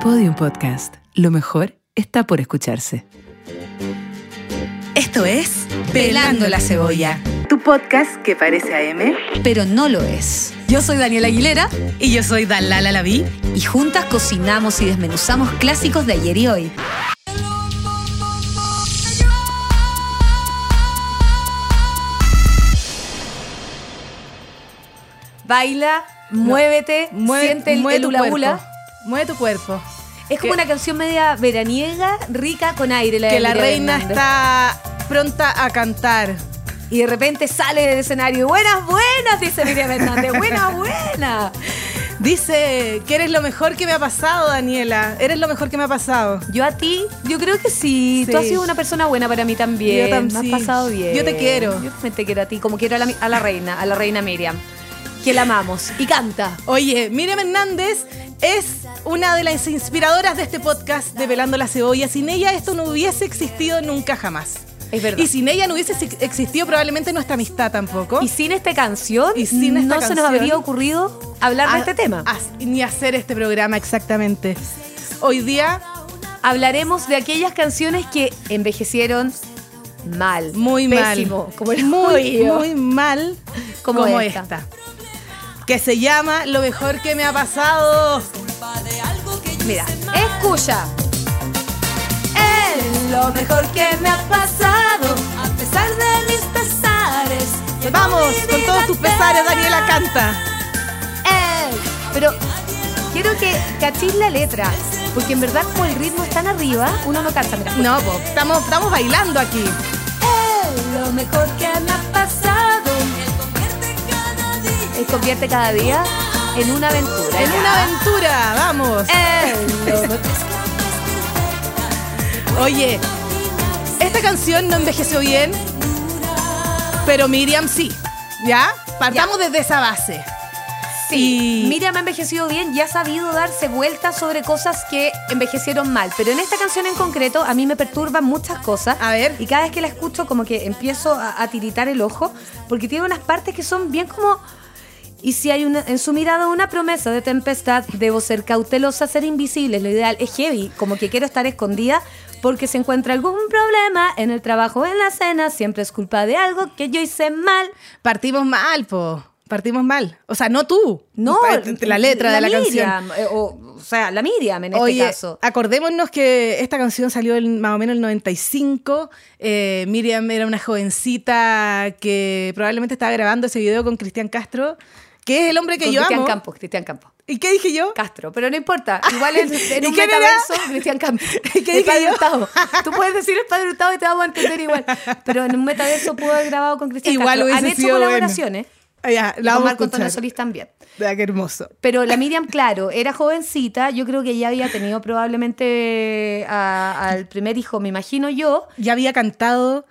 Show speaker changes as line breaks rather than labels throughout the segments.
Podium Podcast. Lo mejor está por escucharse.
Esto es Pelando la Cebolla,
Tu podcast que parece AM.
pero no lo es. Yo soy Daniela Aguilera
Y yo soy Dalala Laví.
y juntas cocinamos y desmenuzamos clásicos de ayer y hoy. Baila, muévete,
Mueve,
siente el,
mueve
el
tu
hula
cuerpo.
hula.
Mueve tu cuerpo.
Es como
Que-
una canción media veraniega, rica con aire. La de
que la
Miriam
reina
Eh, Hernández.
está pronta a cantar.
Y de repente sale del escenario. Buenas, buenas, dice Miriam Hernández. Buenas, buenas.
Dice que eres lo mejor que me ha pasado, Daniela. Eres lo mejor que me ha pasado.
Yo a ti, yo creo que sí.
Sí.
Tú has sido una persona buena para mí también.
Yo tam-
Me has
sí.
pasado bien.
Yo te quiero.
Yo también te quiero a ti, como quiero a la, a la reina, a la reina Miriam. Que la amamos. Y canta.
Oye, Miriam Hernández es una de las inspiradoras de este podcast de Pelando la Cebolla. Sin ella esto no hubiese existido nunca jamás.
Es verdad.
Y sin ella no hubiese ex- existido probablemente nuestra amistad tampoco.
Y sin esta canción,
Y sin esta
no se nos
canción. Ah,
habría ocurrido hablar de
A-
este tema.
a- ni hacer este programa exactamente. Hoy día
Hablaremos de aquellas canciones que envejecieron mal.
Muy
pésimo,
mal.
Como el
muy,
hoyo.
muy mal.
Como
Como,
esta.
esta. Que se llama Lo mejor que me ha pasado.
Mira, escucha. Es lo mejor que me ha pasado, a pesar de mis pesares.
Vamos, con todos tus pesares, Daniela canta.
Él. Pero quiero que cachis la letra, porque en verdad como el ritmo es tan arriba, uno no cansa. Mira,
No, po, estamos, estamos bailando aquí.
Es lo mejor que me ha pasado. Él convierte cada día en una aventura.
En
ya.
una aventura, vamos. Eh.
Él lo mejor-
Oye, esta canción no envejeció bien, pero Miriam sí. ¿Ya? Partamos desde esa base.
Sí,
Y-
Miriam ha envejecido bien y ha sabido darse vueltas sobre cosas que envejecieron mal. Pero en esta canción en concreto a mí me perturban muchas cosas.
A ver.
Y cada vez que la escucho como que empiezo a, a tiritar el ojo porque tiene unas partes que son bien como... Y si hay una, en su mirada una promesa de tempestad, debo ser cautelosa, ser invisible. Lo ideal es heavy, como que quiero estar escondida porque si encuentra algún problema en el trabajo, en la cena, siempre es culpa de algo que yo hice mal.
Partimos mal, po. Partimos mal. O sea, no tú.
No,
Pa- la letra de la canción.
Miriam, eh, o, o sea, la Miriam en
Oye,
este caso.
acordémonos que esta canción salió en más o menos el 95. Eh, Miriam era una jovencita que probablemente estaba grabando ese video con Cristian Castro, que es el hombre que
Con
yo
Cristian
amo.
Campos, Cristian Campos.
¿Y qué dije yo?
Castro, pero no importa. Igual en, en
¿Y
un
quién era?
metaverso, Cristian Campos.
¿Y qué
El
dije
padre
yo?
Hurtado. Tú puedes decir el padre Hurtado y te vamos a entender igual. Pero en un metaverso pudo haber grabado con Cristian
Igual
Castro. Han
hubiese
hecho
sido bueno.
colaboraciones.
Ah, ya, la
con
vamos a
Marco Antonio
escuchar.
Solís también.
Ah, qué hermoso.
Pero la Miriam, claro, era jovencita. Yo creo que ya había tenido probablemente eh, a- al primer hijo, me imagino yo.
Ya había cantado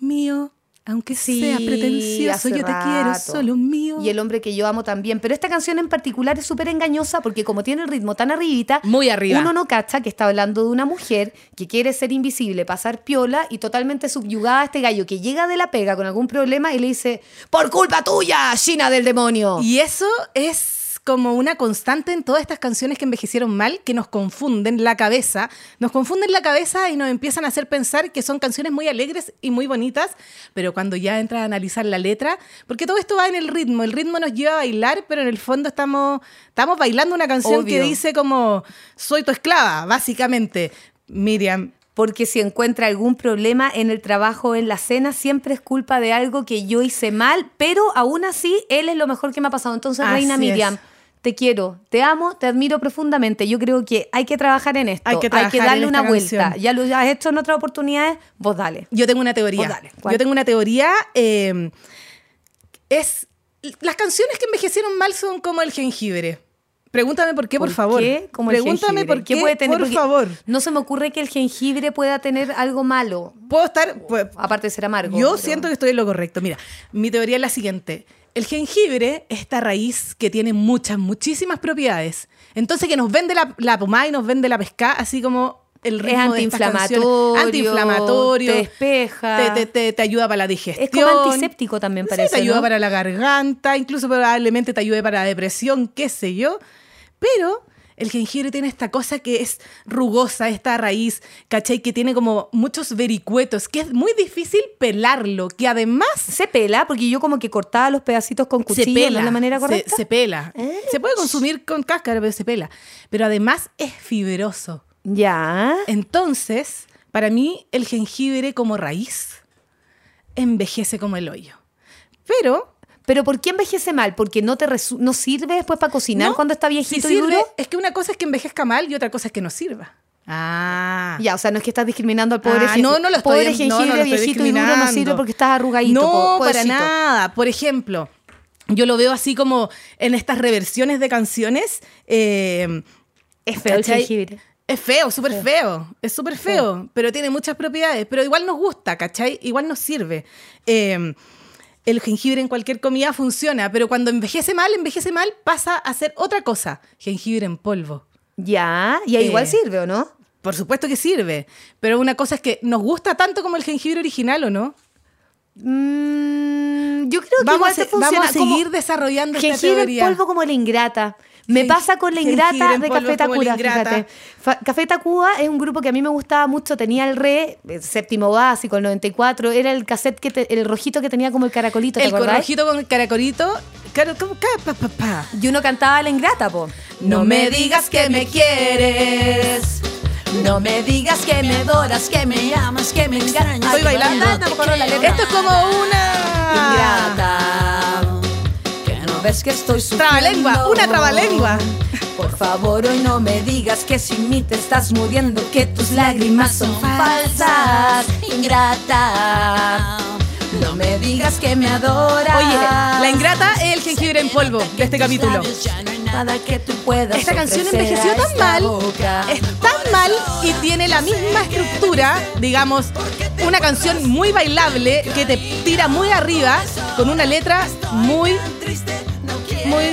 Mío, aunque
Sí,
sea pretencioso,
hace
yo te quiero,
rato.
solo mío.
Y el hombre que yo amo también. Pero esta canción en particular es súper engañosa porque como tiene el ritmo tan arribita,
Muy arriba.
uno no cacha que está hablando de una mujer que quiere ser invisible, pasar piola y totalmente subyugada a este gallo que llega de la pega con algún problema y le dice, por culpa tuya, China del demonio.
Y eso es como una constante en todas estas canciones que envejecieron mal, que nos confunden la cabeza, nos confunden la cabeza y nos empiezan a hacer pensar que son canciones muy alegres y muy bonitas, pero cuando ya entras a analizar la letra, porque todo esto va en el ritmo, el ritmo nos lleva a bailar, pero en el fondo estamos, estamos bailando una canción que
Obvio.
dice como, soy tu esclava, básicamente. Miriam,
Porque si encuentra algún problema en el trabajo, en la cena, siempre es culpa de algo que yo hice mal, pero aún así, él es lo mejor que me ha pasado. Entonces,
Así
Reina
es.
Miriam, te quiero, te amo, te admiro profundamente. Yo creo que hay que trabajar en esto, hay
Hay que
que,
trabajar en
darle
esta
una vuelta.
canción.
Ya lo has hecho en otras oportunidades, vos dale.
Yo tengo una
Vos
teoría.
Oh, dale, ¿cuál?
Yo tengo una teoría. eh, es. Las canciones que envejecieron mal son como el jengibre. Pregúntame por qué, por, favor.
qué? Como el
Pregúntame
jengibre.
por qué,
puede tener?
por
Porque
favor.
No se me ocurre que el jengibre pueda tener algo malo,
Puedo estar. pues,
Oh, aparte de ser amargo.
yo
pero-
siento que estoy en lo correcto. Mira, mi teoría es la siguiente. El jengibre, esta raíz que tiene muchas, muchísimas propiedades. Entonces, que nos vende la, la pomada y nos vende la pesca, así como el
es
ritmo de estas canciones.
antiinflamatorio,
Antiinflamatorio.
te despeja.
Te, te- te- te ayuda para la digestión.
es como antiséptico también,
Sí,
parece.
te ayuda
¿no?
para la garganta, incluso probablemente te ayude para la depresión, qué sé yo. Pero el jengibre tiene esta cosa que es rugosa, esta raíz, ¿cachai? Que tiene como muchos vericuetos, que es muy difícil pelarlo, que además
Se pela, porque yo como que cortaba los pedacitos con cuchillo
se pela.
de la manera
se-
correcta.
Se, pela. Se puede consumir con cáscara, pero se pela. Pero además es fibroso.
Ya.
Entonces, para mí, el jengibre como raíz envejece como el hoyo. Pero
Pero ¿por qué envejece mal? Porque no te resu- no sirve después para cocinar
No,
cuando está viejito
si
y
sirve,
duro.
Es que una cosa es que envejezca mal y otra cosa es que no sirva. Ah.
Ya, o sea, no es que estás discriminando al pobre
Ah,
jengibre.
no, no lo
pobre
estoy- no, no lo
jengibre
estoy
viejito y duro no sirve
discriminando.
porque estás arrugadito. po-
No, para
pobrecito.
nada. Por ejemplo, yo lo veo así como en estas reversiones de canciones. eh,
Es feo el
¿cachai?
jengibre.
Es feo, súper feo. Es súper feo, pero tiene muchas propiedades. Pero igual nos gusta, ¿cachai? Igual nos sirve. Eh, el jengibre en cualquier comida funciona, pero cuando envejece mal, envejece mal, pasa a ser otra cosa. Jengibre en polvo.
Ya, y ahí
Eh.
igual sirve, ¿o no?
Por supuesto que sirve, pero una cosa es que nos gusta tanto como el jengibre original, ¿o no?
Mm, yo creo que
Vamos a,
igual te
se- vamos
funciona
a seguir
como
desarrollando esta
jengibre en
teoría.
polvo como la ingrata. Me
Jengi-
pasa con la
jengibre
ingrata
en
de
polvo
Café
como la
Tacuba,
ingrata.
fíjate. Fa- Café Tacuba es un grupo que a mí me gustaba mucho, tenía el re, el séptimo básico, el 94, era el cassette, que te- el rojito que tenía como el caracolito, ¿te
El
acordás?
corrojito con el caracolito. Cara, como ca- pa, pa, pa.
Y uno cantaba la ingrata, po.
No me digas que me quieres.
No me digas que me adoras, que me llamas, que me engañas.
Estoy bailando.
Nada, no corro la letra.
Esto es como una.
ingrata. Que no ves que estoy sufriendo.
Trabalengua, una trabalengua.
Por favor, hoy no me digas que sin mí te estás muriendo, que tus lágrimas son falsas, ingrata. No me digas que me adoras.
Oye, la ingrata es el jengibre en polvo de este capítulo.
Nada que tú puedas
Esta canción
ofrecer a
envejeció tan
esta
mal,
boca.
es tan mal y tiene la misma estructura, digamos, una canción muy bailable que te tira muy arriba con una letra muy, muy,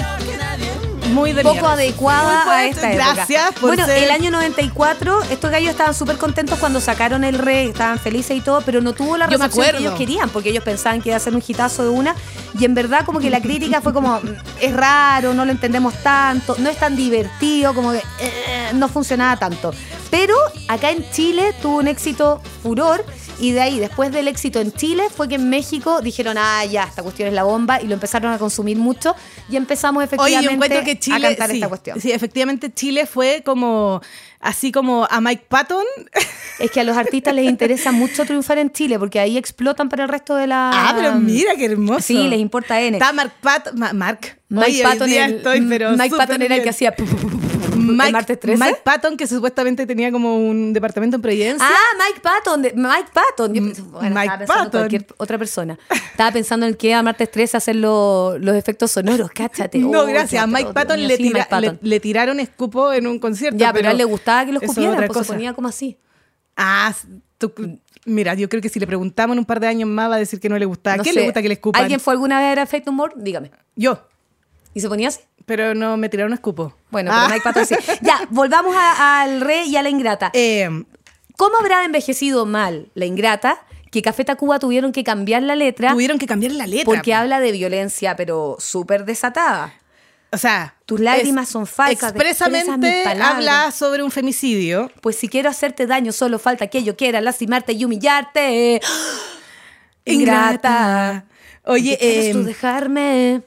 muy de
poco
mierda.
adecuada
Muy
a
fuerte.
esta época.
Gracias por
bueno,
ser-
el año 94, estos gallos estaban súper contentos cuando sacaron el rey, estaban felices y todo, pero no tuvo la
Yo me
recepción que
acuerdo.
ellos querían, porque ellos pensaban que iba a ser un hitazo de una, y en verdad como que la crítica fue como, "Mm, es raro, no lo entendemos tanto, no es tan divertido, como que eh, no funcionaba tanto. Pero acá en Chile tuvo un éxito furor, y de ahí, después del éxito en Chile, fue que en México dijeron, ah, ya, esta cuestión es la bomba, y lo empezaron a consumir mucho, y empezamos
Oye, yo
efectivamente
encuentro que Chile,
a cantar
sí,
esta cuestión.
sí, efectivamente Chile fue como así como a Mike Patton.
Es que a los artistas les interesa mucho triunfar en Chile porque ahí explotan para el resto de la.
Ah, pero mira qué hermoso.
Sí, les importa N.
Está Mark Patton, Mark.
Mike
Oye, hoy
Patton,
día
el-
estoy, pero
Mike
súper
Patton era el
bien.
que hacía.
Mike,
Mike, martes 13.
Mike Patton, que supuestamente tenía como un departamento en Providencia.
Ah, Mike Patton, de- Mike Patton. Yo pensé, bueno,
Mike
estaba pensando en
Patton.
cualquier otra persona. Estaba pensando en el que a martes 13 hacer lo- los efectos sonoros, cáchate.
no,
Oh,
gracias. A
cáchate,
Mike
oh,
Patton,
Dios mío,
le,
sí,
tira-
Mike Patton.
Le, le tiraron escupo en un concierto.
Ya, pero a él le gustaba que los
eso es
cupieran,
otra
pues se
cosa.
ponía como así.
Ah, tú- mira, yo creo que si le preguntamos en un par de años más va a decir que no le gustaba. ¿A
No
quién
sé,
le gusta que le escupan?
¿Alguien fue alguna vez a ver Effect Humor? Dígame.
Yo,
¿Y se ponía así?
pero no me tiraron escupo.
Bueno,
Ah.
pero Mike Patton sí. Ya, volvamos a- al rey y a la ingrata.
Eh,
¿Cómo habrá envejecido mal la ingrata que Café Tacuba tuvieron que cambiar la letra
tuvieron que cambiar la letra.
porque
po.
habla de violencia, pero súper desatada?
o sea,
Tus lágrimas son falsas, expresas mis
Expresamente
palabras.
habla sobre un femicidio.
Pues si quiero hacerte daño, solo falta que yo quiera lastimarte y humillarte. Ingrata.
Oye,
¿Qué quieres tú
em,
dejarme?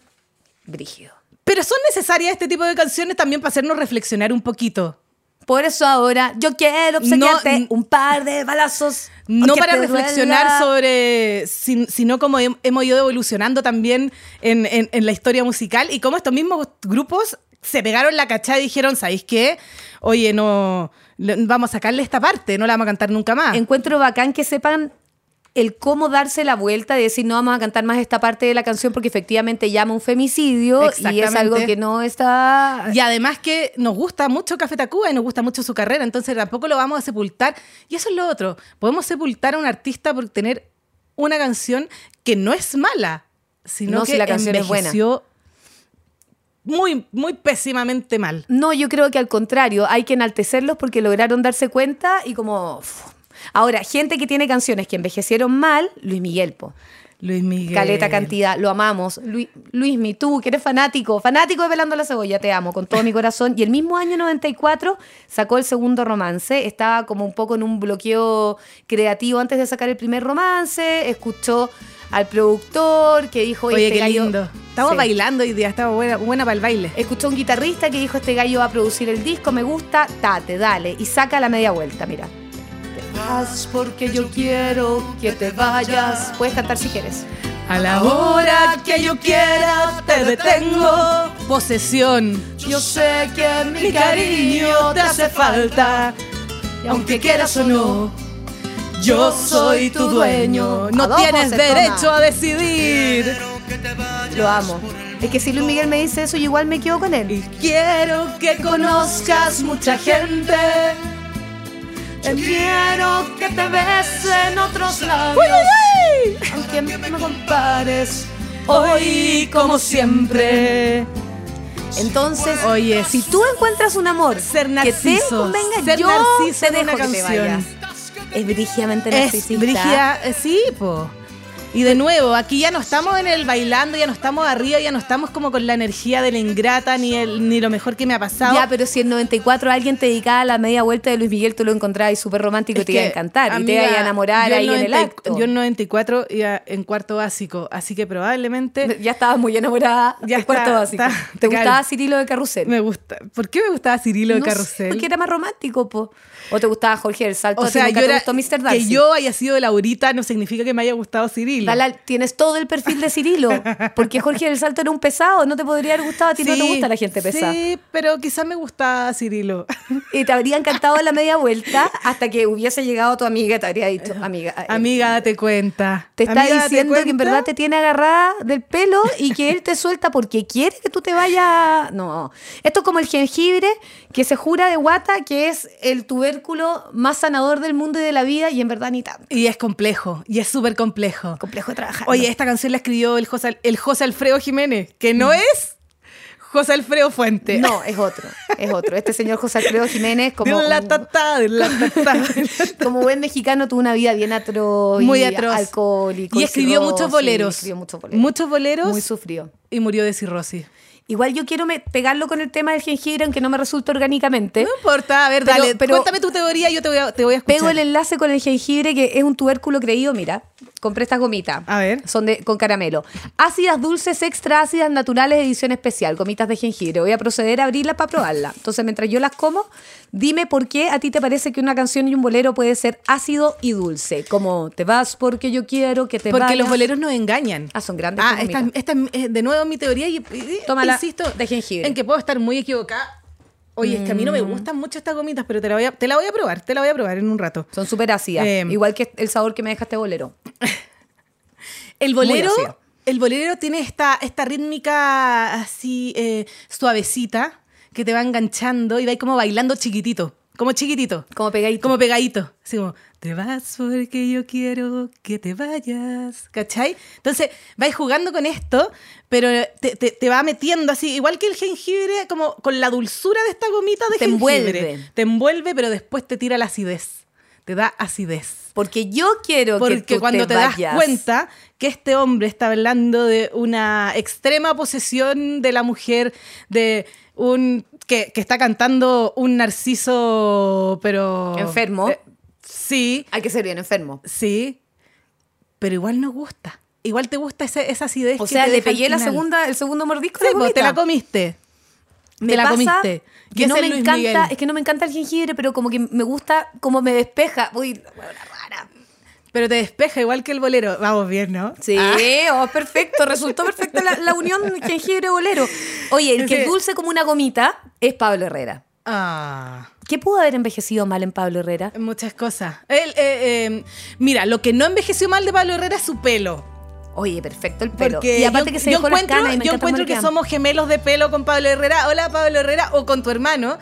Brígido.
Pero son necesarias este tipo de canciones también para hacernos reflexionar un poquito.
Por eso ahora yo quiero obsequiarte
No,
un par de balazos.
No
que
para
te duela.
reflexionar sobre, sin- sino como hem- hemos ido evolucionando también en, en- en la historia musical y cómo estos mismos grupos se pegaron la cachada y dijeron, ¿sabéis qué? Oye, no, le- vamos a sacarle esta parte, no la vamos a cantar nunca más.
encuentro bacán que sepan el cómo darse la vuelta de decir no vamos a cantar más esta parte de la canción porque efectivamente llama un femicidio y es
Exactamente.
algo que no está
Y además que nos gusta mucho Café Tacuba y nos gusta mucho su carrera, entonces tampoco lo vamos a sepultar. Y eso es lo otro, podemos sepultar a un artista por tener una canción que no es mala, sino
No,
que
si la canción es buena.
envejeció muy, muy pésimamente mal.
No, yo creo que al contrario, hay que enaltecerlos porque lograron darse cuenta y como uf. Ahora, gente que tiene canciones que envejecieron mal, Luis Miguel po.
Luis Miguel.
Caleta cantidad, lo amamos. Luis, Luismi, tú que eres fanático, fanático de Pelando la Cebolla, te amo con todo mi corazón. Y el mismo año 94 sacó el segundo romance, estaba como un poco en un bloqueo creativo antes de sacar el primer romance, escuchó al productor que dijo...
Oye,
este
qué
gallo-
lindo. Estamos
Sí.
bailando hoy día, estamos buena, buena para el baile.
Escuchó a un guitarrista que dijo, este gallo va a producir el disco, me gusta, tate, dale. Y saca la media vuelta, mira. Te vas porque yo quiero que te vayas. Puedes cantar si quieres.
A la hora que yo quiera te detengo. Posesión.
Yo sé que
Mi cariño te hace falta,
y
aunque quieras o no. Yo soy tu dueño.
A
No
dos
tienes
voces,
derecho
toma.
a decidir.
Lo amo. Es que si Luis Miguel me dice eso, yo igual me quedo con él.
Y quiero que conozcas mucha gente.
Te quiero que te besen otros labios. Aunque me compares
Hoy, como siempre.
Entonces,
Oye,
si tú encuentras un amor
Ser
que te
narciso,
convenga,
ser
yo
narciso
te
de una
dejo que te
canción.
vayas. Es brígidamente narcisista.
Es Brígida, eh, sí, po. Y de nuevo, aquí ya no estamos en el bailando, ya no estamos arriba, ya no estamos como con la energía del ingrata, ni, el, ni lo mejor que me ha pasado.
Ya, pero si en 94 alguien te dedicaba a la media vuelta de Luis Miguel, tú lo encontrabas súper romántico y
Es
te iba a
que,
encantar y te
amiga,
iba a enamorar
yo
ahí en el
90
acto.
Yo en 94 iba en cuarto básico, así que probablemente
Ya estabas muy enamorada
Ya
del cuarto
está,
básico.
está,
¿Te
claro.
gustaba Cirilo de Carrusel?
me gusta. ¿Por qué me gustaba Cirilo
No
de
sé,
Carrusel?
porque era más romántico, po. ¿O te gustaba Jorge del Salto?
o
así
sea,
nunca
yo
te
era-
gustó Mr. Darcy.
que yo haya sido Laurita no significa que me haya gustado Cirilo.
Dala, tienes todo el perfil de Cirilo. Porque Jorge del Salto era un pesado. No te podría haber gustado. A ti no te
Sí,
gusta la gente pesada.
Sí, pero quizás me gustaba Cirilo.
Y te habría encantado la media vuelta hasta que hubiese llegado tu amiga y te habría dicho, amiga. eh,
Amiga, date cuenta.
Te está
Amiga, date
diciendo que en
cuenta.
verdad te tiene agarrada del pelo y que él te suelta porque quiere que tú te vayas. No. Esto es como el jengibre que se jura de guata que es el tubérculo más sanador del mundo y de la vida y en verdad ni tanto.
Y es complejo, y es súper complejo.
Complejo de trabajar.
Oye, esta canción la escribió el José, el José Alfredo Jiménez, que no es José Alfredo Fuente.
Mm. No, es otro, es otro. Este señor José Alfredo Jiménez, como,
de la
un-
tatá, de la tatá.
como buen mexicano, tuvo una vida bien atroz,
Muy
y
atroz.
alcohólico.
Y escribió
cirrosis,
muchos boleros.
Escribió muchos boleros.
Muchos boleros.
Muy sufrió.
y murió de cirrosis.
Igual yo quiero me- pegarlo con el tema del jengibre, aunque no me resulta orgánicamente.
No importa, a ver,
Pero-
dale.
pero-
cuéntame tu teoría, yo te voy a, te voy a escuchar.
Pego el enlace con el jengibre, que es un tubérculo creído, mira. Compré estas gomitas.
A ver.
Son de, con caramelo. Ácidas dulces extra ácidas naturales edición especial, gomitas de jengibre. Voy a proceder a abrirlas para probarla. Entonces, mientras yo las como, dime por qué a ti te parece que una canción y un bolero puede ser ácido y dulce. Como te vas porque yo quiero que te
Porque
vayas.
los boleros nos engañan.
Ah, son grandes
Ah,
estas
esta,
gomitas.
esta es eh, de nuevo mi teoría y, y-
Tómala,
insisto
de jengibre. Mm.
en que puedo estar muy equivocada. Oye, es que a mí no me gustan mucho estas gomitas, pero te la voy a, te la voy a probar, te la voy a probar en un rato.
Son súper ácidas.
Eh,
Igual que el sabor que me deja este bolero.
El
Muy
bolero,
ácido.
el bolero tiene esta, esta rítmica así eh, suavecita que te va enganchando y va ahí como bailando chiquitito, como chiquitito.
Como pegadito.
Como pegadito. Así como, te vas porque yo quiero que te vayas. ¿Cachai? Entonces, vais jugando con esto, pero te, te- te va metiendo así, igual que el jengibre, como con la dulzura de esta gomita de
Te
jengibre.
envuelve.
Te envuelve, pero después te tira la acidez. Te da acidez.
Porque yo quiero
Porque
que tú
cuando te, das
vayas.
cuenta que este hombre está hablando de una extrema posesión de la mujer, de un que, que está cantando un narciso, pero
Enfermo.
Eh, sí,
Hay que ser bien enfermo.
sí, pero igual nos gusta. Igual te gusta ese- esa acidez.
O
que
sea,
te
le
deja al
pegué la
final.
segunda, el segundo mordisco. a
Sí,
la
pues, te
gomita.
la comiste.
Me
te la
pasa
comiste. Y
Que
es
no
el
me
Luis
encanta,
Miguel.
es que no me encanta el jengibre, pero como que me gusta, como me despeja. Uy, la huevona rara.
Pero te despeja igual que el bolero. Vamos bien, ¿no?
Sí, oh, perfecto, resultó perfecta la, la unión jengibre-bolero. Oye, el que es
Sí.
dulce como una gomita es Pablo Herrera.
Ah.
¿Qué pudo haber envejecido mal en Pablo Herrera?
Muchas cosas. Él, eh, eh, mira, lo que no envejeció mal de Pablo Herrera es su pelo.
Oye, perfecto el pelo.
Porque
y aparte
yo,
que se
yo
dejó las
encuentro,
canas y me
yo
encanta cómo
encuentro
le
que
quedan.
somos gemelos de pelo con Pablo Herrera. Hola, Pablo Herrera, o con tu hermano.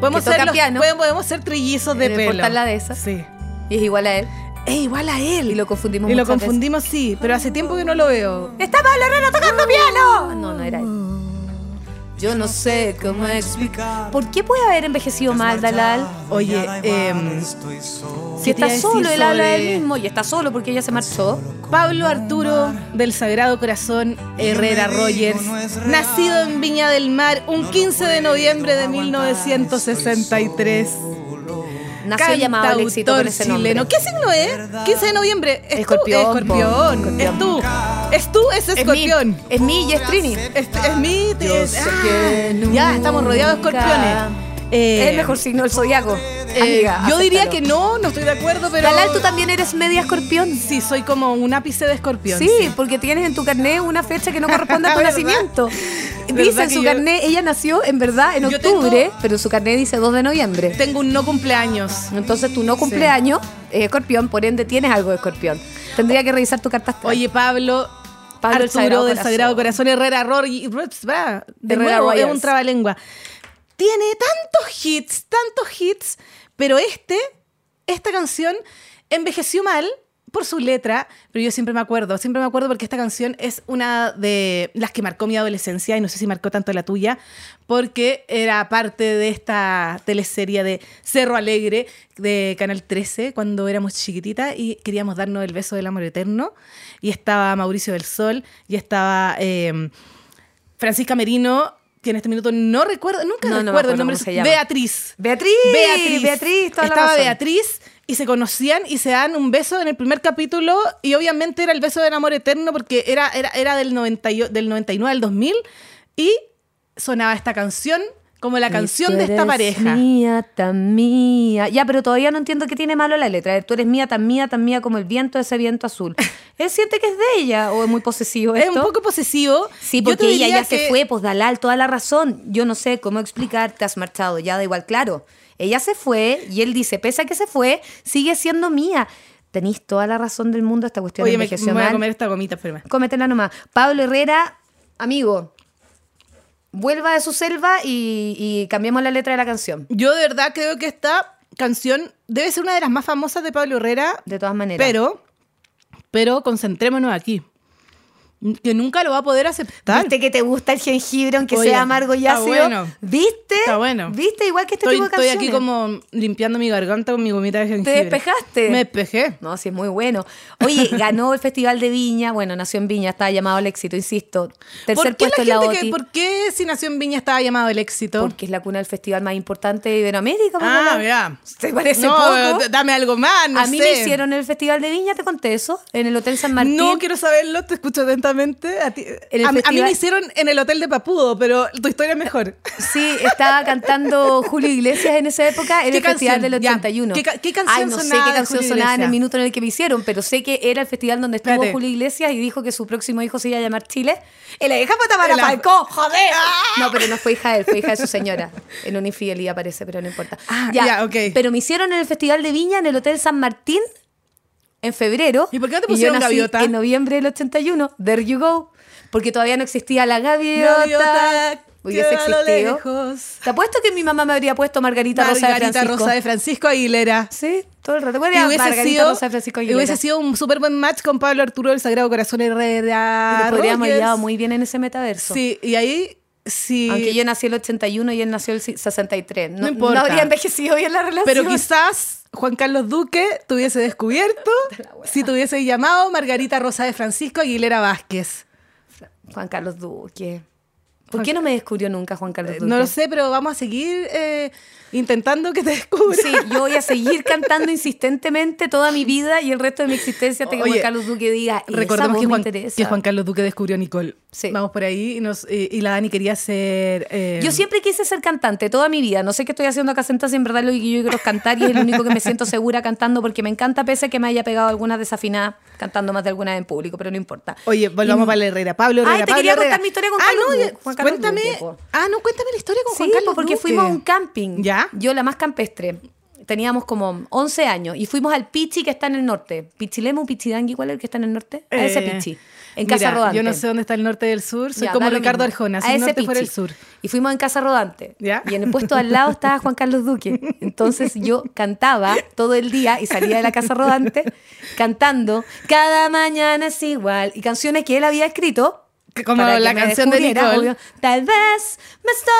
Podemos,
Que
ser,
toca
los-
piano.
podemos, podemos ser trillizos de
En el
pelo.
portal de esas.
Sí.
Y es igual a él.
Es igual a él.
Y lo confundimos
Y lo
muchas veces.
confundimos, sí, pero hace tiempo que no lo veo.
¡Está Pablo Herrera tocando piano! No, no era él. Yo no sé cómo explicar. ¿Por qué puede haber envejecido mal Dalal?
Oye, em,
Si
¿Qué te iba a
está
decir
solo, él habla de
sobre-
él mismo y está solo porque ella se marchó.
Pablo Arturo del Sagrado Corazón Herrera Rogers, nacido en Viña del Mar un 15 de noviembre de 1963.
Nació llamado al éxito con ese nombre.
chileno. ¿Qué signo es? 15 de noviembre. Es
Escorpión,
Tú, escorpión. Es tú. Es tú, es escorpión. Eh,
Es mi y es Trini.
Es, es mi. es-
sé
ah,
que
ya, estamos rodeados de escorpiones. Eh,
Es el mejor signo del zodiaco.
eh,
Amiga,
yo diría que
acéptalo.
no, no estoy de acuerdo, pero.
Dalal, tú también eres media escorpión.
Sí, soy como un ápice de escorpión.
Sí, porque tienes en tu carnet una fecha que no corresponde a tu
¿Verdad?
nacimiento. Dice
¿Verdad
en
que
su
yo-
carnet, ella nació en verdad en
Yo tengo-
octubre, pero en su carnet dice 2 de noviembre.
Tengo un no cumpleaños.
Entonces tú no cumpleaños, es escorpión, por ende tienes algo de escorpión. Tendría que revisar tu carta astral.
Oye, Pablo.
Pablo
Arturo
del Sagrado
del
Corazón.
Sagrado Corazón, Herrera Rory, Rups, bra, de
Herrera
nuevo, es
Rogers.
un trabalengua. Tiene tantos hits, tantos hits, pero este, esta canción envejeció mal por su letra, pero yo siempre me acuerdo, siempre me acuerdo porque esta canción es una de las que marcó mi adolescencia y no sé si marcó tanto la tuya, porque era parte de esta teleserie de Cerro Alegre de Canal 13 cuando éramos chiquititas y queríamos darnos el beso del amor eterno y estaba Mauricio del Sol y estaba... eh, Francisca Merino, que en este minuto no recuerdo, nunca
No, no me
recuerdo el
acuerdo
nombre.
cómo
de-
se llama.
Beatriz.
Beatriz,
Beatriz.
Beatriz, toda la
Estaba
razón.
Beatriz y se conocían y se dan un beso en el primer capítulo y obviamente era el beso del amor eterno porque era, era, era del, 90, y- del 99 al 2000 y sonaba esta canción como la canción de
Tú
esta
eres
pareja.
Mía, tan mía. Ya, pero todavía no entiendo qué tiene malo la letra. A ver, Tú eres mía, tan mía, tan mía como el viento, ese viento azul. Él siente que es de ella o es muy posesivo
Es
esto?
un poco posesivo.
Sí,
Yo te
porque ella
diría
ya se
que-
fue, pues Dalal, toda la razón. Yo no sé cómo explicar, te has marchado, ya da igual, claro. Ella se fue y él dice, pese a que se fue, sigue siendo mía. Tenéis toda la razón del mundo esta cuestión
Oye, me, me
envejeció
voy a
mal.
comer esta gomita, espérame.
Cómetela nomás. Pablo Herrera, amigo, vuelva de su selva y, y cambiemos la letra de la canción.
Yo de verdad creo que esta canción debe ser una de las más famosas de Pablo Herrera.
De todas maneras.
Pero, pero concentrémonos aquí. Que nunca lo va a poder aceptar.
¿Viste que te gusta el jengibre, aunque
Oye,
sea amargo y
está
ácido?
bueno.
¿Viste?
Está bueno.
¿Viste? Igual que este
estoy,
tipo de
estoy
canciones.
aquí como limpiando mi garganta con mi gomita de jengibre.
despejaste?
Me despejé.
No, sí, es muy bueno. Oye, ganó el Festival de Viña. Bueno, nació en Viña, estaba llamado al éxito, insisto. Tercer
¿Por qué
puesto
la
en
gente
la
que,
OTI.
¿Por qué si nació en Viña estaba llamado el éxito?
Porque es la cuna del festival más importante de Iberoamérica. pues,
ah,
¿verdad?
mira.
Se parece
no,
poco.
d- dame algo más, no
a mí
sé.
me hicieron en el Festival de Viña, te conté eso, en el Hotel San Martín.
No quiero saberlo, te escucho atentamente. A, ti-
el
a- a mí
festival-
me hicieron en el hotel de Papudo, pero tu historia es mejor.
Sí, estaba cantando Julio Iglesias en esa época, en
¿Qué
el Festival
canción?
del
Ya.
81.
¿Qué ca- qué canción
Ay, no sé
sonaba
qué
de
canción
Julio
sonaba en el
Iglesias?
minuto en el que me hicieron, pero sé que era el festival donde estuvo
Espérate.
Julio Iglesias y dijo que su próximo hijo se iba a llamar Chile. ¡Y la hija Tamara
El af-
Falcó! ¡Joder! No, pero no fue hija de él, fue hija de su señora. En una infidelidad parece, pero no importa.
Ah, ya, ok.
Pero me hicieron en el Festival de Viña, en el Hotel San Martín, en febrero.
¿Y por qué no te
yo
pusieron
nací
gaviota?
En noviembre del 81. There you go. Porque todavía no existía la gaviota.
Gaviota,
Hubiese
que a lo
existido.
lejos.
Te apuesto que mi mamá me habría puesto Margarita, Rosa de
Margarita
Francisco.
Rosa de Francisco Aguilera.
Sí, todo el rato. ¿Cuál
Y
era
hubiese
Margarita
sido,
Rosa de Francisco
y
Aguilera?
hubiese sido un súper buen match con Pablo Arturo del Sagrado Corazón
Y
Herrera.
nos podríamos haber
Rogers.
llevado muy bien en ese metaverso.
Sí, y ahí sí.
Aunque yo nací el 81 y él nació el 63. No,
No importa.
no habría envejecido bien la relación.
pero quizás Juan Carlos Duque te hubiese descubierto si te hubiese llamado Margarita Rosa de Francisco Aguilera Vázquez.
Juan Carlos Duque. ¿Por qué no me descubrió nunca Juan Carlos
Eh,
Duque?
No lo sé, pero vamos a seguir eh, intentando que te descubra.
Sí, yo voy a seguir cantando insistentemente toda mi vida y el resto de mi existencia hasta que Juan
Oye,
Carlos Duque diga. "Esa
Recordemos
voz
que
me
Juan,
interesa".
que Juan Carlos Duque descubrió a Nicole.
Sí.
Vamos por ahí y, nos- y- y la Dani quería ser. eh,
Yo siempre quise ser cantante toda mi vida. No sé qué estoy haciendo acá sentada, si en verdad lo que yo quiero es cantar y es lo único que me siento segura cantando porque me encanta, pese a que me haya pegado algunas desafinadas cantando más de alguna vez en público, pero no importa.
Oye, volvamos para la Herrera. Pablo
Ay,
Herrera.
te
Pablo
quería contar
Herrera.
mi historia con
ah,
Carlos
no,
Duque,
ya-
Juan Carlos
cuéntame,
Duque, po.
Ah, no, cuéntame la historia con
sí,
Juan Carlos
porque
Duque.
fuimos a un camping.
pues, ¿Ya?
Yo, la más campestre. Teníamos como 11 años y fuimos al Pichi que está en el norte. Pichilemu, Pichidangui, ¿cuál es el que está en el norte? A ese
Eh,
Pichi. En
mira,
Casa Rodante.
Yo no sé dónde está el norte del sur. Soy
Ya,
como
da lo
Ricardo
mismo.
Arjona.
A
Si el
ese
norte fuera el
pichi.
sur.
Y fuimos en Casa Rodante.
Ya.
Y en el puesto al lado estaba Juan Carlos Duque. Entonces yo cantaba todo el día y salía de la Casa Rodante cantando Cada mañana es igual. Y canciones que él había escrito
Como
para que
la
me
canción de
descubriera,
Nicole.
obvio. Tal vez me estoy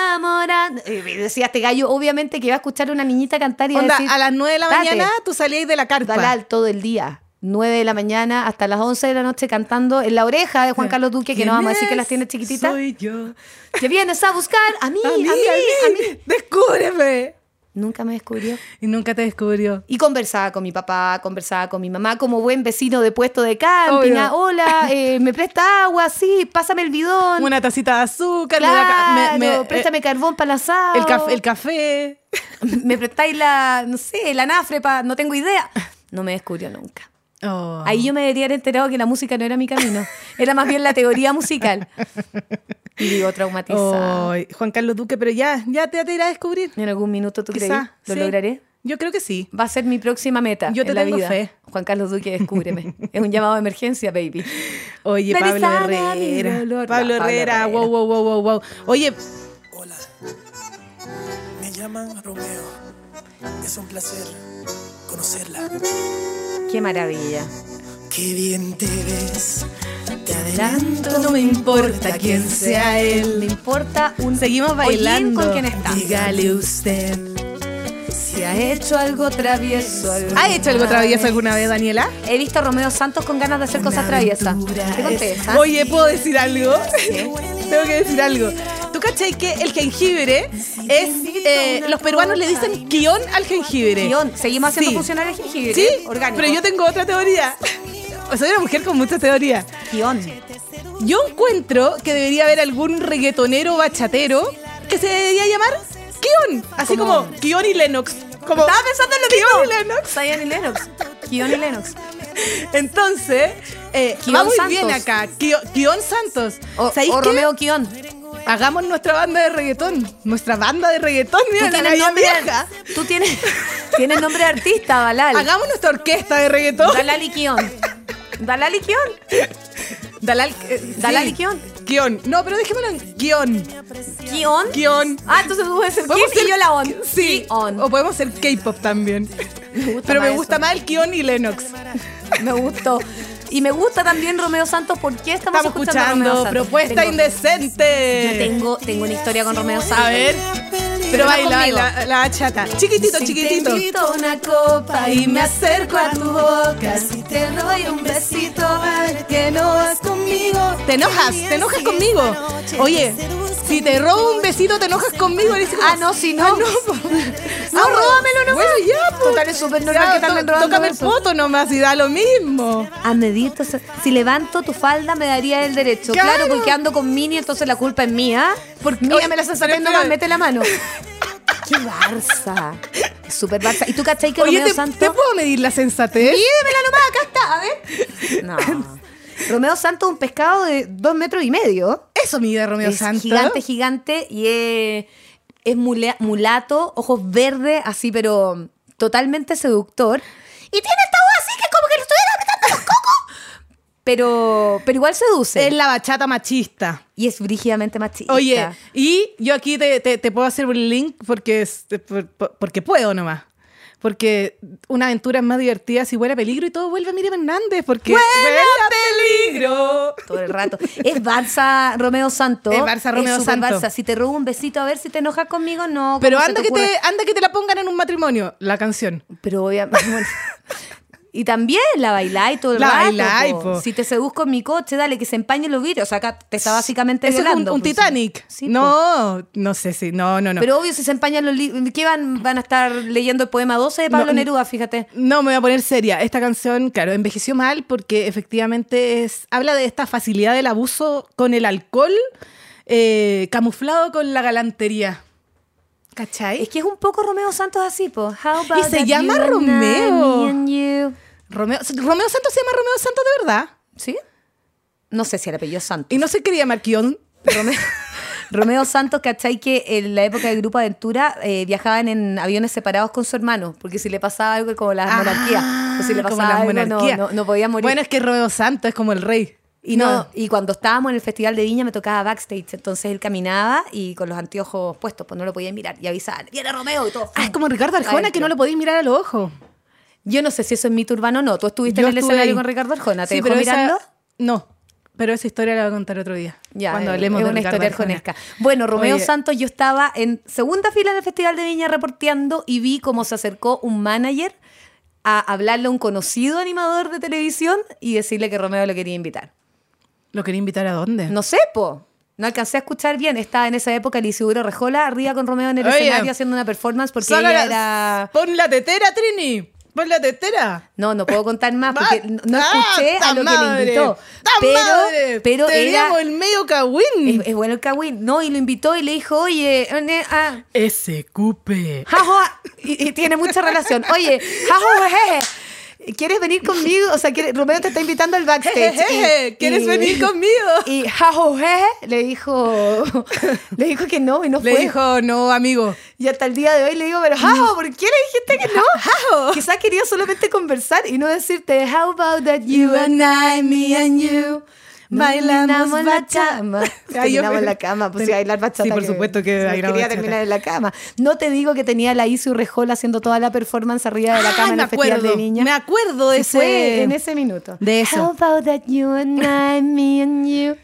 enamorando. Y decía este gallo, obviamente que iba a escuchar a una niñita cantar y iba a
Onda,
decir,
a las 9 de la
"Date".
mañana tú salíais de la carpa.
Dalal todo el día. 9 de la mañana hasta las 11 de la noche cantando en la oreja de Juan Carlos Duque, que no vamos a decir que las tiene chiquititas.
Soy yo.
Te vienes a buscar a mí,
A mí, a mí,
a mí.
Descúbreme.
Nunca me descubrió.
Y nunca te descubrió.
Y conversaba con mi papá, conversaba con mi mamá, como buen vecino de puesto de camping.
Obvio.
Ah, Hola, eh, ¿me presta agua? Sí, pásame el bidón.
Una tacita de azúcar. me da ca-
claro,
me- me-
préstame carbón para el
eh,
asado.
el, caf- el café.
me prestáis la, no sé, la anafre pa- no tengo idea. No me descubrió nunca.
Oh.
Ahí yo me debería haber enterado que la música no era mi camino. Era más bien la teoría musical. Y digo, traumatizada.
Ay, Juan Carlos Duque, pero ya, ya te, te irá a descubrir.
En algún minuto, ¿tú crees?
Quizá,
¿Lo
sí.
lograré?
Yo creo que sí.
Va a ser mi próxima meta
Yo te
en la
tengo
vida.
fe.
Juan Carlos Duque, descúbreme. es un llamado de emergencia, baby.
Oye,
Ven y
Pablo
sana mi
Herrera.
dolor.
Pablo
Ah, Pablo
Herrera,
Herrera.
wow, wow, wow, wow, wow. Oye,
Hola, me llaman Romeo. Es un placer conocerla.
Qué maravilla.
Qué bien te ves. Te
Tanto
adelanto,
no me importa quién sea
Me
él.
importa un
Seguimos
hollín
bailando.
con quien está.
Dígale usted.
Si ha hecho algo travieso. alguna
¿Ha hecho algo travieso alguna vez, Daniela?
He visto a Romeo Santos con ganas de hacer cosas traviesas. ¿Te conté ¿ah? esa?
Oye, ¿puedo decir algo? Tengo que decir algo. ¿Tú cachai que el jengibre es. eh, los peruanos le dicen guión al jengibre.
Guión, seguimos haciendo
Sí.
funcionar el jengibre.
Sí,
orgánico.
pero yo tengo otra teoría. Soy una mujer con muchas teorías.
Guión.
Yo encuentro que debería haber algún reggaetonero bachatero que se debería llamar Kion. Así como, Kion y Lennox. Como, Estaba pensando en lo Kion y Lennox.
Zion y Lennox. Guión y Lennox.
Entonces, eh,
Kion
va muy
Santos.
bien acá. Kion, Kion Santos.
O,
¿Sabéis
o
qué?
Romeo Guión.
Hagamos nuestra banda de reggaetón. Nuestra banda de reggaetón. Mira, la
tienes
Nadia
nombre,
vieja.
tú tienes, tienes nombre de artista, Balal.
Hagamos nuestra orquesta de reggaetón.
Dalal y Guión. Dalal y Guión.
Dalal, eh,
Dalal y Kion.
Kion. No, pero dejémoslo en Kion.
Guión.
Kion.
Ah, entonces tú puedes ser
Podemos
Kim
ser-
y yo la on.
Sí.
On.
O podemos ser K-pop también.
gusta
Pero me
más
gusta
eso.
más el Kion y Lennox.
Me gustó. Y me gusta también Romeo Santos porque estamos,
Estamos
a Romeo
escuchando
Santos.
Propuesta
Tengo-
Indecente.
Yo tengo, tengo una historia con Romeo Santos.
A ver. Pero
no
baila
conmigo.
la, la chata. Chiquitito,
Si
chiquitito.
te invito a una copa y me acerco a tu boca, si te doy un besito, que no vas conmigo.
Te enojas, te enojas conmigo. Oye, si te robo un besito, te enojas conmigo. Le dices como,
Ah, no, si no.
Ah, no, po. Ah, róbamelo nomás. Bueno, ya, po.
Total, es súper normal
Ya,
que te anden
to-
robando
Tócame el
besos.
poto nomás y da lo mismo.
A medito, si levanto tu falda me daría el derecho. Claro,
Claro.
porque ando con Mini, entonces la culpa es mía. Porque
Oye,
mía me la estás
pero
sacando,
espera.
no, mete la mano. Qué barza. Es súper barza. ¿Y tú cachai que
Oye,
Romeo
¿te,
Santos?
te puedo medir la sensatez?
Pídemela nomás, acá está, a ver. No. Romeo Santos es un pescado de dos metros y medio.
Eso mide Romeo
es
Santos.
gigante, gigante. Y es, es mula- mulato, ojos verdes, así, pero totalmente seductor. Y tiene esta voz así que es como que lo estuviera apretando los cocos. Pero, pero igual seduce.
Es la bachata machista.
Y es brígidamente machista.
Oye, y yo aquí te, te- te puedo hacer un link porque, es- por- por- porque puedo nomás. Porque una aventura es más divertida si huele a peligro y todo vuelve a Miriam Hernández. Porque huele a peligro.
Todo el rato. Es Barça Romeo Santos.
Es Barça Romeo
súper
Santo.
Barça. Si te robo un besito, a ver si te enojas conmigo, no.
Pero
¿cómo se
anda que,
ocurre?
te, anda que te la pongan en un matrimonio, la canción.
Pero obviamente. bueno. Y también la bailáis todo el
La
rato.
bailáis,
po.
po.
Si te seduzco en mi coche, dale, que se empañen los vidrios. O sea, acá te está básicamente
Eso es un,
violando,
un
po.
Titanic.
pues, Sí, po.
no, no sé si. No, no, no.
Pero obvio, si se empañan los libros. ¿Qué van, van a estar leyendo el poema 12 de Pablo
No,
Neruda? Fíjate.
No, me voy a poner seria. Esta canción, claro, envejeció mal porque efectivamente es, habla de esta facilidad del abuso con el alcohol eh, camuflado con la galantería. ¿Cachai?
Es que es un poco Romeo Santos así, po. How about
Y se
that
llama
you and I,
Romeo.
me and you?
Romeo, Romeo Santos se llama Romeo Santos de verdad.
¿Sí? No sé si el apellido es Santos.
Y no se quería Marquión.
Romeo, Romeo Santos, ¿cachai? Que en la época del Grupo Aventura eh, viajaban en aviones separados con su hermano, porque si le pasaba algo como la
Ah,
monarquía, o si le
como
pasaba
la
algo no-
monarquía.
No, no podía morir.
Bueno, es que Romeo Santos es como el rey.
y, no, y cuando estábamos en el Festival de Viña me tocaba backstage, entonces él caminaba y con los anteojos puestos, pues no lo podía mirar y avisaban, viene Romeo y todo.
Ah, es como Ricardo Arjona
Adentro.
que no lo podéis mirar a los ojos.
Yo no sé si eso es mito urbano o no, tú estuviste
Yo
en el
estuve
escenario
ahí.
con Ricardo Arjona, ¿te
Sí,
dejó
pero esa-
mirarlo?
No. Pero esa historia la voy a contar otro día.
Ya,
cuando
eh,
hablemos
es
de
una
Ricardo
historia
Arjona.
arjonesca. Bueno, Romeo
Oye.
Santos, yo estaba en segunda fila en el Festival de Viña reporteando y vi cómo se acercó un manager a hablarle a un conocido animador de televisión y decirle que Romeo lo quería invitar.
¿Lo quería invitar a dónde?
No sé, po. No alcancé a escuchar bien. Estaba en esa época Lisiduro Rejola arriba con Romeo en el
Oye.
escenario haciendo una performance porque
Saca
ella
la-
era...
Pon la tetera, Trini. Pon la tetera.
No, no puedo contar más porque
Va-
no no
¡Ah,
escuché a
ta
lo que
madre!
le invitó.
¡Ta
Pero,
madre!
pero era...
Teníamos el medio cagüín.
Es, es bueno el Kawin. No, y lo invitó y le dijo, oye, eh, ah,
Ese cupe.
Jajo, y, y tiene mucha relación. Oye, Jajo, jeje, ¿quieres venir conmigo? O sea, quiere- Romeo te está invitando al backstage.
Jejeje, ¿quieres venir conmigo?
Y Jajo, jeje, le dijo, le dijo que no y no
Le
fue.
dijo, Mm. no, amigo.
y hasta el día de hoy le digo, pero Jajo, ¿por qué le dijiste que no? Jajo. Quizás quería solamente conversar y no decirte, how about that you and I, me and you.
Bailamos
Bailamos la
bachata.
cama.
Ay, yo-
Terminamos en la cama. Pues sí, bailar bachata.
Sí, por supuesto que
se
bailar
Quería
bachata.
terminar en la cama. No te digo que tenía la Isu Rejola haciendo toda la performance arriba de la
Ah,
cama en
me
el Festival
acuerdo.
de Viña.
Me acuerdo de
Sí,
ese-
Fue en ese minuto.
de eso.
How about that you and I, me and you.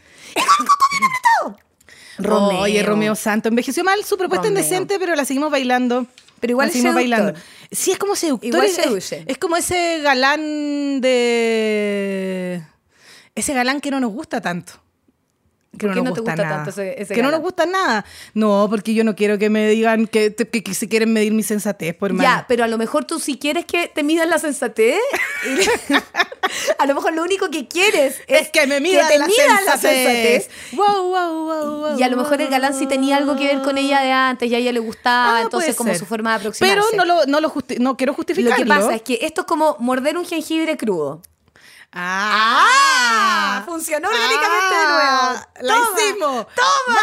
Romeo.
Oye, Romeo Santo. Envejeció mal, su propuesta
Romeo.
indecente, pero la seguimos bailando.
Pero igual
la
es
seguimos
seductor.
bailando. Sí, es como seductor.
Igual
es,
seduce.
es- es como ese galán de. Ese galán que no nos gusta tanto. Que
¿Por
no,
qué
nos
no te
gusta,
gusta
nada.
tanto ese- ese
que no
galán?
nos gusta nada. No, porque yo no quiero que me digan que, te- que- que se quieren medir mi sensatez, por hermano.
Ya, pero a lo mejor tú si quieres que te midan la sensatez, y- a lo mejor lo único que quieres es,
es que me midan,
te
la,
midan la
sensatez.
sensatez.
Wow, wow, wow, wow,
Y a lo mejor el galán sí tenía algo que ver con ella de antes y a ella le gustaba,
Ah,
entonces
puede
como
ser.
su forma de aproximarse.
Pero no lo, no lo justi- no quiero
Lo que
justificarlo.
pasa es que esto es como morder un jengibre crudo.
¡Ah!
Funcionó
Ah,
orgánicamente de nuevo.
¡La hicimos! ¡Toma!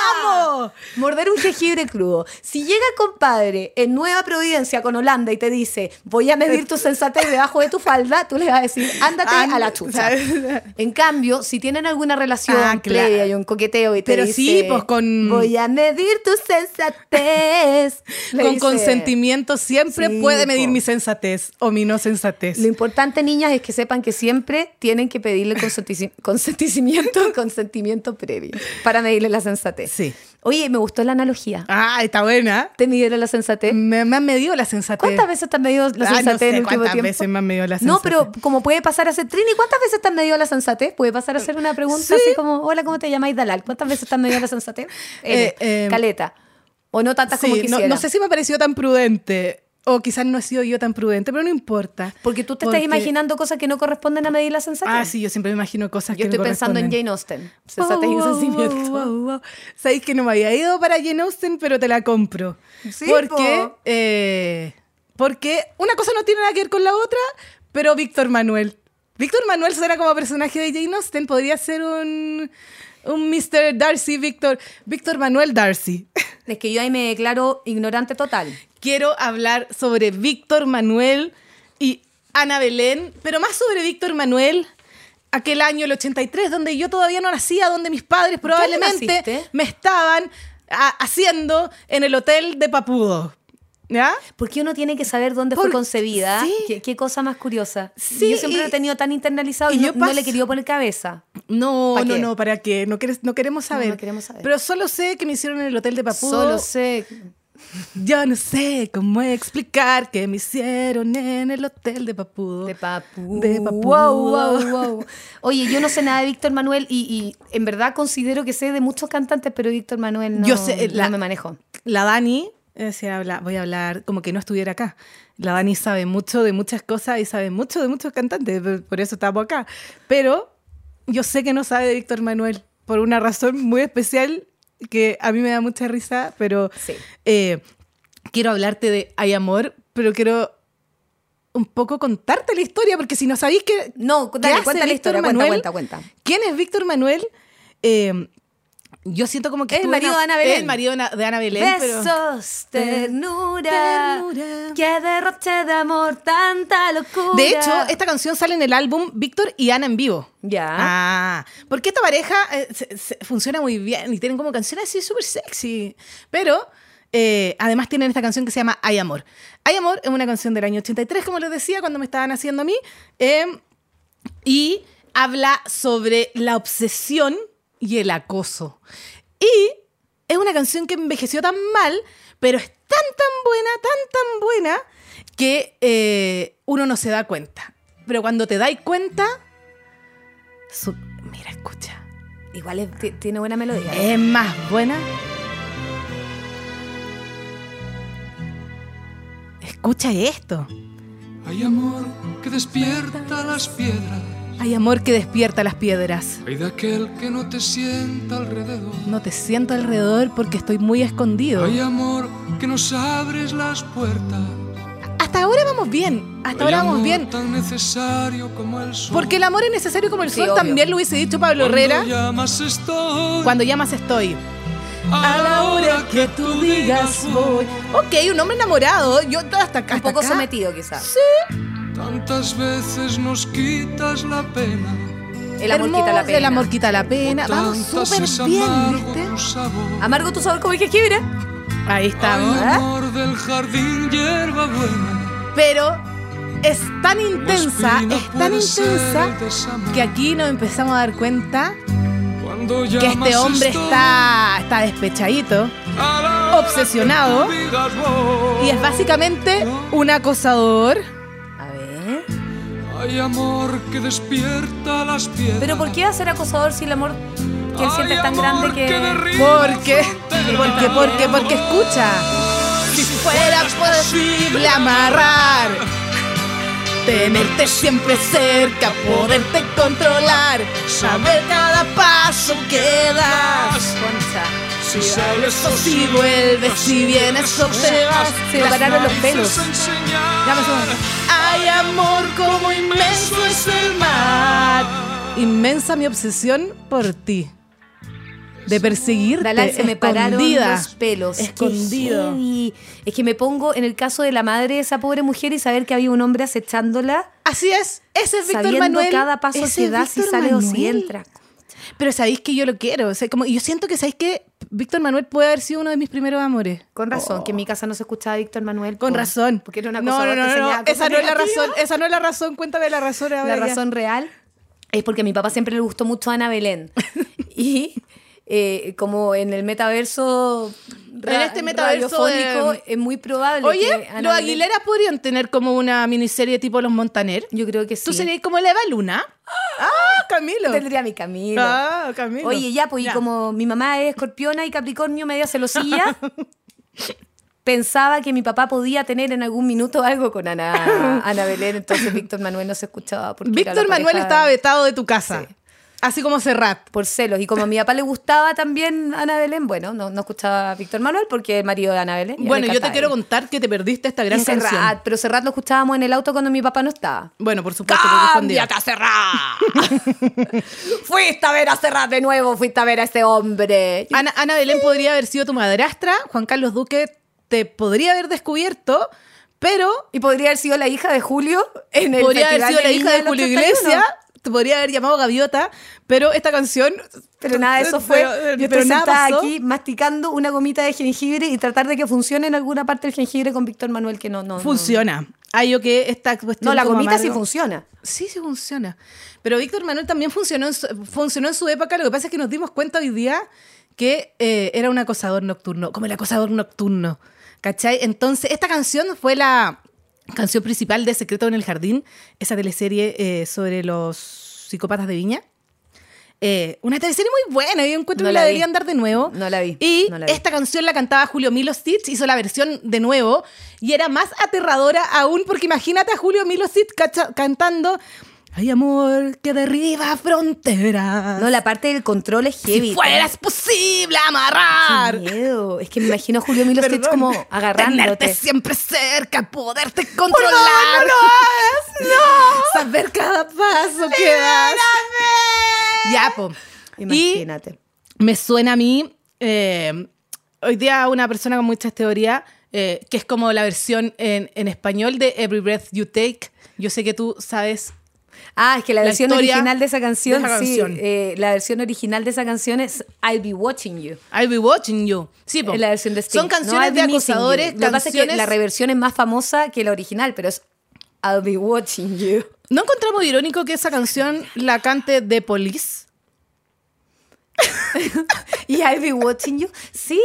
¡Vamos!
Morder un jengibre crudo. Si llega compadre en Nueva Providencia con Holanda y te dice, voy a medir tu sensatez debajo de tu falda, tú le vas a decir, ándate
Anda-
a la chucha. En cambio, si tienen alguna relación
Ah, claro.
previa y un coqueteo y te
Pero
dice,
sí, pues, con-
voy a medir tu sensatez. le
Con
dice,
consentimiento siempre
Sí,
puede medir
po.
mi sensatez o mi no sensatez.
Lo importante, niñas, es que sepan que siempre tienen que pedirle consentici- consentimiento, consentimiento previo para medirle la sensatez.
Sí.
Oye, me gustó la analogía.
Ah, está buena.
¿Te midieron la sensatez?
Me, me han medido la sensatez.
¿Eh? ¿Cuántas veces te han medido la
Ah, no
sensatez
sé
en el último
cuántas
tiempo?
veces me han medido la
No, pero
sensatez.
como puede pasar a ser Trini, ¿cuántas veces te han medido la sensatez? Puede pasar a ser una pregunta
Sí.
así como, hola, ¿cómo te llamáis Dalal? ¿Cuántas veces te han medido la sensatez? N,
Eh, eh,
Caleta. O no tantas como
Sí, no,
quisiera.
no sé si me ha parecido tan prudente o quizás no he sido yo tan prudente, pero no importa.
Porque tú te
Porque-
estás imaginando cosas que no corresponden a medir la sensatez.
Ah, sí, yo siempre me imagino cosas
Yo
que
estoy
me
pensando en
corresponden.
Jane Austen. Sensatez y
Wow, wow,
sentimiento.
wow, wow, wow. Sabéis que no me había ido para Jane Austen, pero te la compro.
Sí,
porque,
po.
eh, porque una cosa no tiene nada que ver con la otra, pero Víctor Manuel. Víctor Manuel suena como personaje de Jane Austen, podría ser un, un Mr. Darcy, Víctor. Víctor Manuel Darcy.
Es que yo ahí me declaro ignorante total.
Quiero hablar sobre Víctor Manuel y Ana Belén, pero más sobre Víctor Manuel. Aquel año, el 83, donde yo todavía no nacía, donde mis padres probablemente
naciste?
me estaban ah, haciendo en el hotel de Papudo. ¿Ya?
Porque uno tiene que saber dónde fue
Por-
concebida.
sí.
Qué, qué cosa más curiosa.
Sí,
yo siempre
y-
lo he tenido tan internalizado y,
y
no,
yo
no le
paso-
he querido poner cabeza.
No,
¿Pa
no,
qué?
no, ¿para qué? No, quieres- no queremos
No, no
saber.
queremos saber.
Pero solo sé que me hicieron en el hotel de Papudo.
Solo sé.
Yo no sé cómo explicar que me hicieron en el hotel de Papudo.
De papu.
De papu.
Wow, wow, wow. Oye, yo no sé nada de Víctor Manuel y, y en verdad considero que sé de muchos cantantes, pero Víctor Manuel no,
Yo sé, eh,
no
la-
me manejo.
La Dani, eh, se habla, voy a hablar como que no estuviera acá. La Dani sabe mucho de muchas cosas y sabe mucho de muchos cantantes, por- por eso estamos acá. Pero yo sé que no sabe de Víctor Manuel, por una razón muy especial que a mí me da mucha risa, pero
Sí.
eh, quiero hablarte de Hay Amor, pero quiero un poco contarte la historia, porque si no sabéis que...
No,
qué
dale,
hace
cuenta la
Víctor
historia, cuenta,
Manuel,
cuenta, cuenta.
¿Quién es Víctor Manuel? Eh, yo siento como que...
Es el
estuve
marido
en-
de Ana Belén.
El marido de Ana- de Ana Belén, pero...
Besos, ternura,
Ternura.
Qué derroche de amor, tanta locura.
De hecho, esta canción sale en el álbum Víctor y Ana en vivo.
Ya.
Ah, porque esta pareja eh, se- se- funciona muy bien y tienen como canciones así súper sexy. Pero eh, además tienen esta canción que se llama Hay Amor. Hay Amor es una canción del año 83, como les decía, cuando me estaban haciendo a mí. eh, y habla sobre la obsesión y el acoso. Y es una canción que envejeció tan mal, pero es tan, tan buena, tan, tan buena, que eh, uno no se da cuenta. Pero cuando te dais cuenta, su- mira, escucha,
Igual es- ti- tiene buena melodía.
es más buena. Escucha esto.
Hay amor que despierta las piedras.
Hay amor que despierta las piedras.
Hay de aquel que no te sienta alrededor.
No te siento alrededor porque estoy muy escondido.
Hay amor que nos abres las puertas.
Hasta ahora vamos bien. Hasta ahora
Hay amor
vamos bien.
Tan necesario como el sol.
Porque el amor es necesario como el
Sí,
sol,
obvio.
también lo hubiese dicho Pablo
Cuando
Herrera.
llamas estoy.
Cuando llamas estoy.
A la hora que tú digas voy.
Ok, un hombre enamorado. Yo hasta acá.
Un poco
hasta acá.
sometido, quizás.
Tantas veces nos quitas la pena.
El amor quita la
Hermoso,
pena.
El amor quita la pena. Vamos
Tantas
súper
es
bien,
amargo
¿viste?
tu sabor.
Amargo tu sabor como dije que mira.
Ahí
Hay
estamos.
amor del jardín hierba buena.
Pero es tan intensa, es tan intensa que aquí nos empezamos a dar cuenta
Cuando
que este hombre está, está despechadito obsesionado. y es básicamente un acosador.
A ver.
Hay amor que despierta las piedras.
Pero ¿por qué va a ser acosador si el amor que él
Hay
siente es tan
amor
grande que.
derriba
Porque, porque,
fronteras.
porque, porque escucha. Si fuera posible amarrar, tenerte siempre cerca, poderte controlar, saber cada paso que das.
Concha.
Si sales
O si vuelves, si vienes o te vas,
Se me pararon los pelos.
Dame un segundo. Hay amor como inmenso es el mar. Inmensa mi obsesión por ti. De perseguirte
Dalal, se me pararon
escondida.
los pelos. Qué
Escondido.
heavy. Es que me pongo en el caso de la madre de esa pobre mujer y saber que había un hombre acechándola,
Así es, ese es Víctor
sabiendo
Manuel.
cada paso
Ese
que
es
da, si
Víctor
sale o si
Manuel.
entra.
Pero sabéis que yo lo quiero. o sea, como, yo siento que sabéis que Víctor Manuel puede haber sido uno de mis primeros amores.
Con razón, que en mi casa no se escuchaba Víctor Manuel.
Con
po.
razón.
Porque era una
no,
cosa
no, no, no, no, Esa no es la razón. Esa no es la razón. Cuéntame la razón
La
ahora. ya.
razón real es porque a mi papá siempre le gustó mucho Ana Belén. y eh, como en el metaverso. ra-
este metaverso
radiofónico,
de-
es muy probable.
Oye,
que Ana
los
Belén-
Aguileras podrían tener como una miniserie tipo Los Montaner.
Yo creo que sí.
Tú serías como la Eva Luna. ¡Ah, Camilo!
Tendría mi camino.
¡Ah, Camilo!
Oye, ya, pues, y
Ya.
como mi mamá es escorpiona y Capricornio, media celosilla, pensaba que mi papá podía tener en algún minuto algo con Ana, Ana Belén, entonces Víctor Manuel no se escuchaba. Porque era
Víctor
la
Manuel
pareja
estaba vetado de tu casa.
Sí.
Así como Serrat.
Por celos. Y como a mi papá le gustaba también Ana Belén, bueno, no, no escuchaba a Víctor Manuel porque es marido de Ana Belén. y a él
Bueno,
le
yo te
encantaba
quiero
él.
contar que te perdiste esta gran
Y Serrat,
canción.
pero Serrat lo escuchábamos en el auto cuando mi papá no estaba.
Bueno, por supuesto que respondía.
Fuiste a ver a Serrat de nuevo, fuiste a ver a ese hombre.
Ana, Ana Belén podría haber sido tu madrastra. Juan Carlos Duque te podría haber descubierto, pero
Y podría haber sido la hija de Julio en el
podría haber
Festival
sido la
Viña
hija de
del
Julio
81.
Iglesias, te podría haber llamado Gaviota, pero esta canción...
Pero nada de eso fue.
Pero,
Yo
pero
estoy
nada
sentada
pasó.
aquí masticando una gomita de jengibre y tratar de que funcione en alguna parte el jengibre con Víctor Manuel, que no, no. no.
Funciona. Hay yo que esta cuestión...
No, la
como
gomita sí
amargo-
funciona.
Sí, sí funciona. Pero Víctor Manuel también funcionó en su, funcionó en su época. Lo que pasa es que nos dimos cuenta hoy día que eh, era un acosador nocturno, como el acosador nocturno. ¿Cachai? Entonces, esta canción fue la canción principal de Secreto en el Jardín, esa teleserie eh, sobre los psicópatas de Viña. Eh, una teleserie muy buena, yo encuentro
No
que
la
la,
vi.
deberían dar de nuevo.
No la vi,
Y
no la vi.
esta canción la cantaba Julio Milo Stitch, hizo la versión de nuevo y era más aterradora aún porque imagínate a Julio Milo Stitch cacha- cantando Hay amor que derriba fronteras.
No, eh. la parte del control es heavy.
si fueras posible
Qué
amarrar.
miedo. Es que me imagino a Julio Milo Stitch
Perdón.
como agarrándote.
Tenerte siempre cerca, poderte controlar. Saber cada paso que das. Ya, po. Y
Imagínate.
me suena a mí, eh, hoy día una persona con muchas teorías, eh, que es como la versión en, en español de Every Breath You Take. Yo sé que tú sabes.
Ah, es que la,
la
versión
historia
original de esa
de
canción,
esa
sí.
canción.
eh, la versión original de esa canción es I'll Be Watching You.
I'll be watching you. Sí, po.
Es la versión de Sting.
Son
No,
canciones
I'll
de
Be Missing
acosadores.
You. Lo que pasa es que
canciones-
la reversión es más famosa que la original, pero es I'll Be Watching You.
¿No encontramos irónico que esa canción la cante The Police?
Y I'll be watching you. Sí,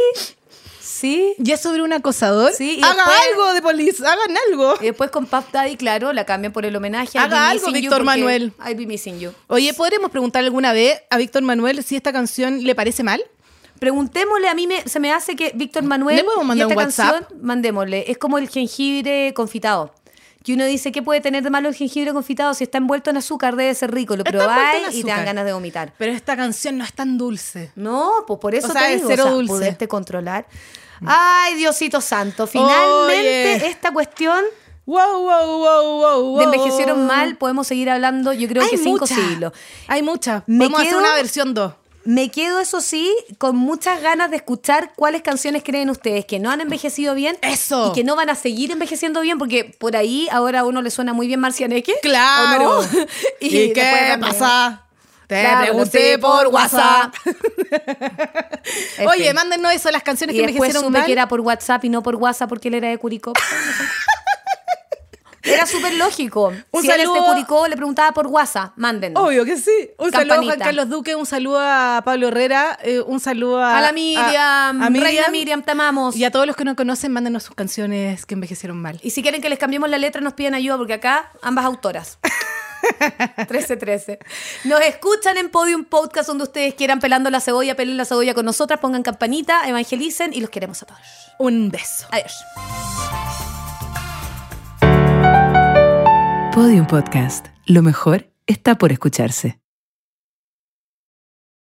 sí.
Ya sobre un acosador.
Sí, y
haga
después- Eh,
algo de Police, hagan algo.
Y después con Puff Daddy, claro, la cambian por el homenaje. I'll be
Haga algo,
missing you
Víctor
porque
Manuel.
I'll be missing you.
Oye, ¿podremos preguntar alguna vez a Víctor Manuel si esta canción le parece mal?
Preguntémosle, a mí me- se me hace que Víctor Manuel.
¿Le podemos
y
mandar
esta
un WhatsApp?
canción, mandémosle. Es como el jengibre confitado. Que uno dice, ¿qué puede tener de malo el jengibre confitado? Si está envuelto en azúcar, debe ser rico. Lo
Está envuelto en
probáis y te
azúcar.
dan ganas de vomitar.
Pero esta canción no es tan dulce.
No, pues por eso
O sea,
te
es
digo,
cero
o sea,
dulce.
poderte controlar. Ay, Diosito Santo, finalmente
Oye.
esta cuestión
Wow, wow, wow, wow, wow.
de envejecieron mal, podemos seguir hablando, yo creo
Hay
que cinco
mucha.
siglos.
Hay muchas.
Me
Vamos a hacer
quedo-
una versión 2.
Me quedo, eso sí, con muchas ganas de escuchar cuáles canciones creen ustedes que no han envejecido bien
Eso.
y que no van a seguir envejeciendo bien, porque por ahí ahora a uno le suena muy bien Marcianeque. ¿o
Claro.
no?
¿Y, qué
después-
pasa? Te
Claro,
pregunté
sí,
por
por
WhatsApp.
En
Oye,
fin.
mándenos eso, las canciones
Y
que
después
envejecieron
supe
mal.
que era por WhatsApp y no por WhatsApp porque él era de Curicó. Era súper lógico.
Un
si él es de
saludo.
Curicó, le preguntaba por WhatsApp, mándenlo.
Obvio que sí. Un saludo a Juan
Campanita.
Carlos Duque, un saludo a Pablo Herrera, eh, un saludo a...
A la Miriam,
a
reina Miriam, te amamos.
Y a todos los que no conocen, mándenos sus canciones que envejecieron mal.
Y si quieren que les cambiemos la letra, nos piden ayuda porque acá ambas autoras. 1313. Nos escuchan en Podium Podcast donde ustedes quieran pelando la cebolla, pelen la cebolla con nosotras, pongan campanita, evangelicen y los queremos a todos.
Un beso.
Adiós.
Podium Podcast. Lo mejor está por escucharse.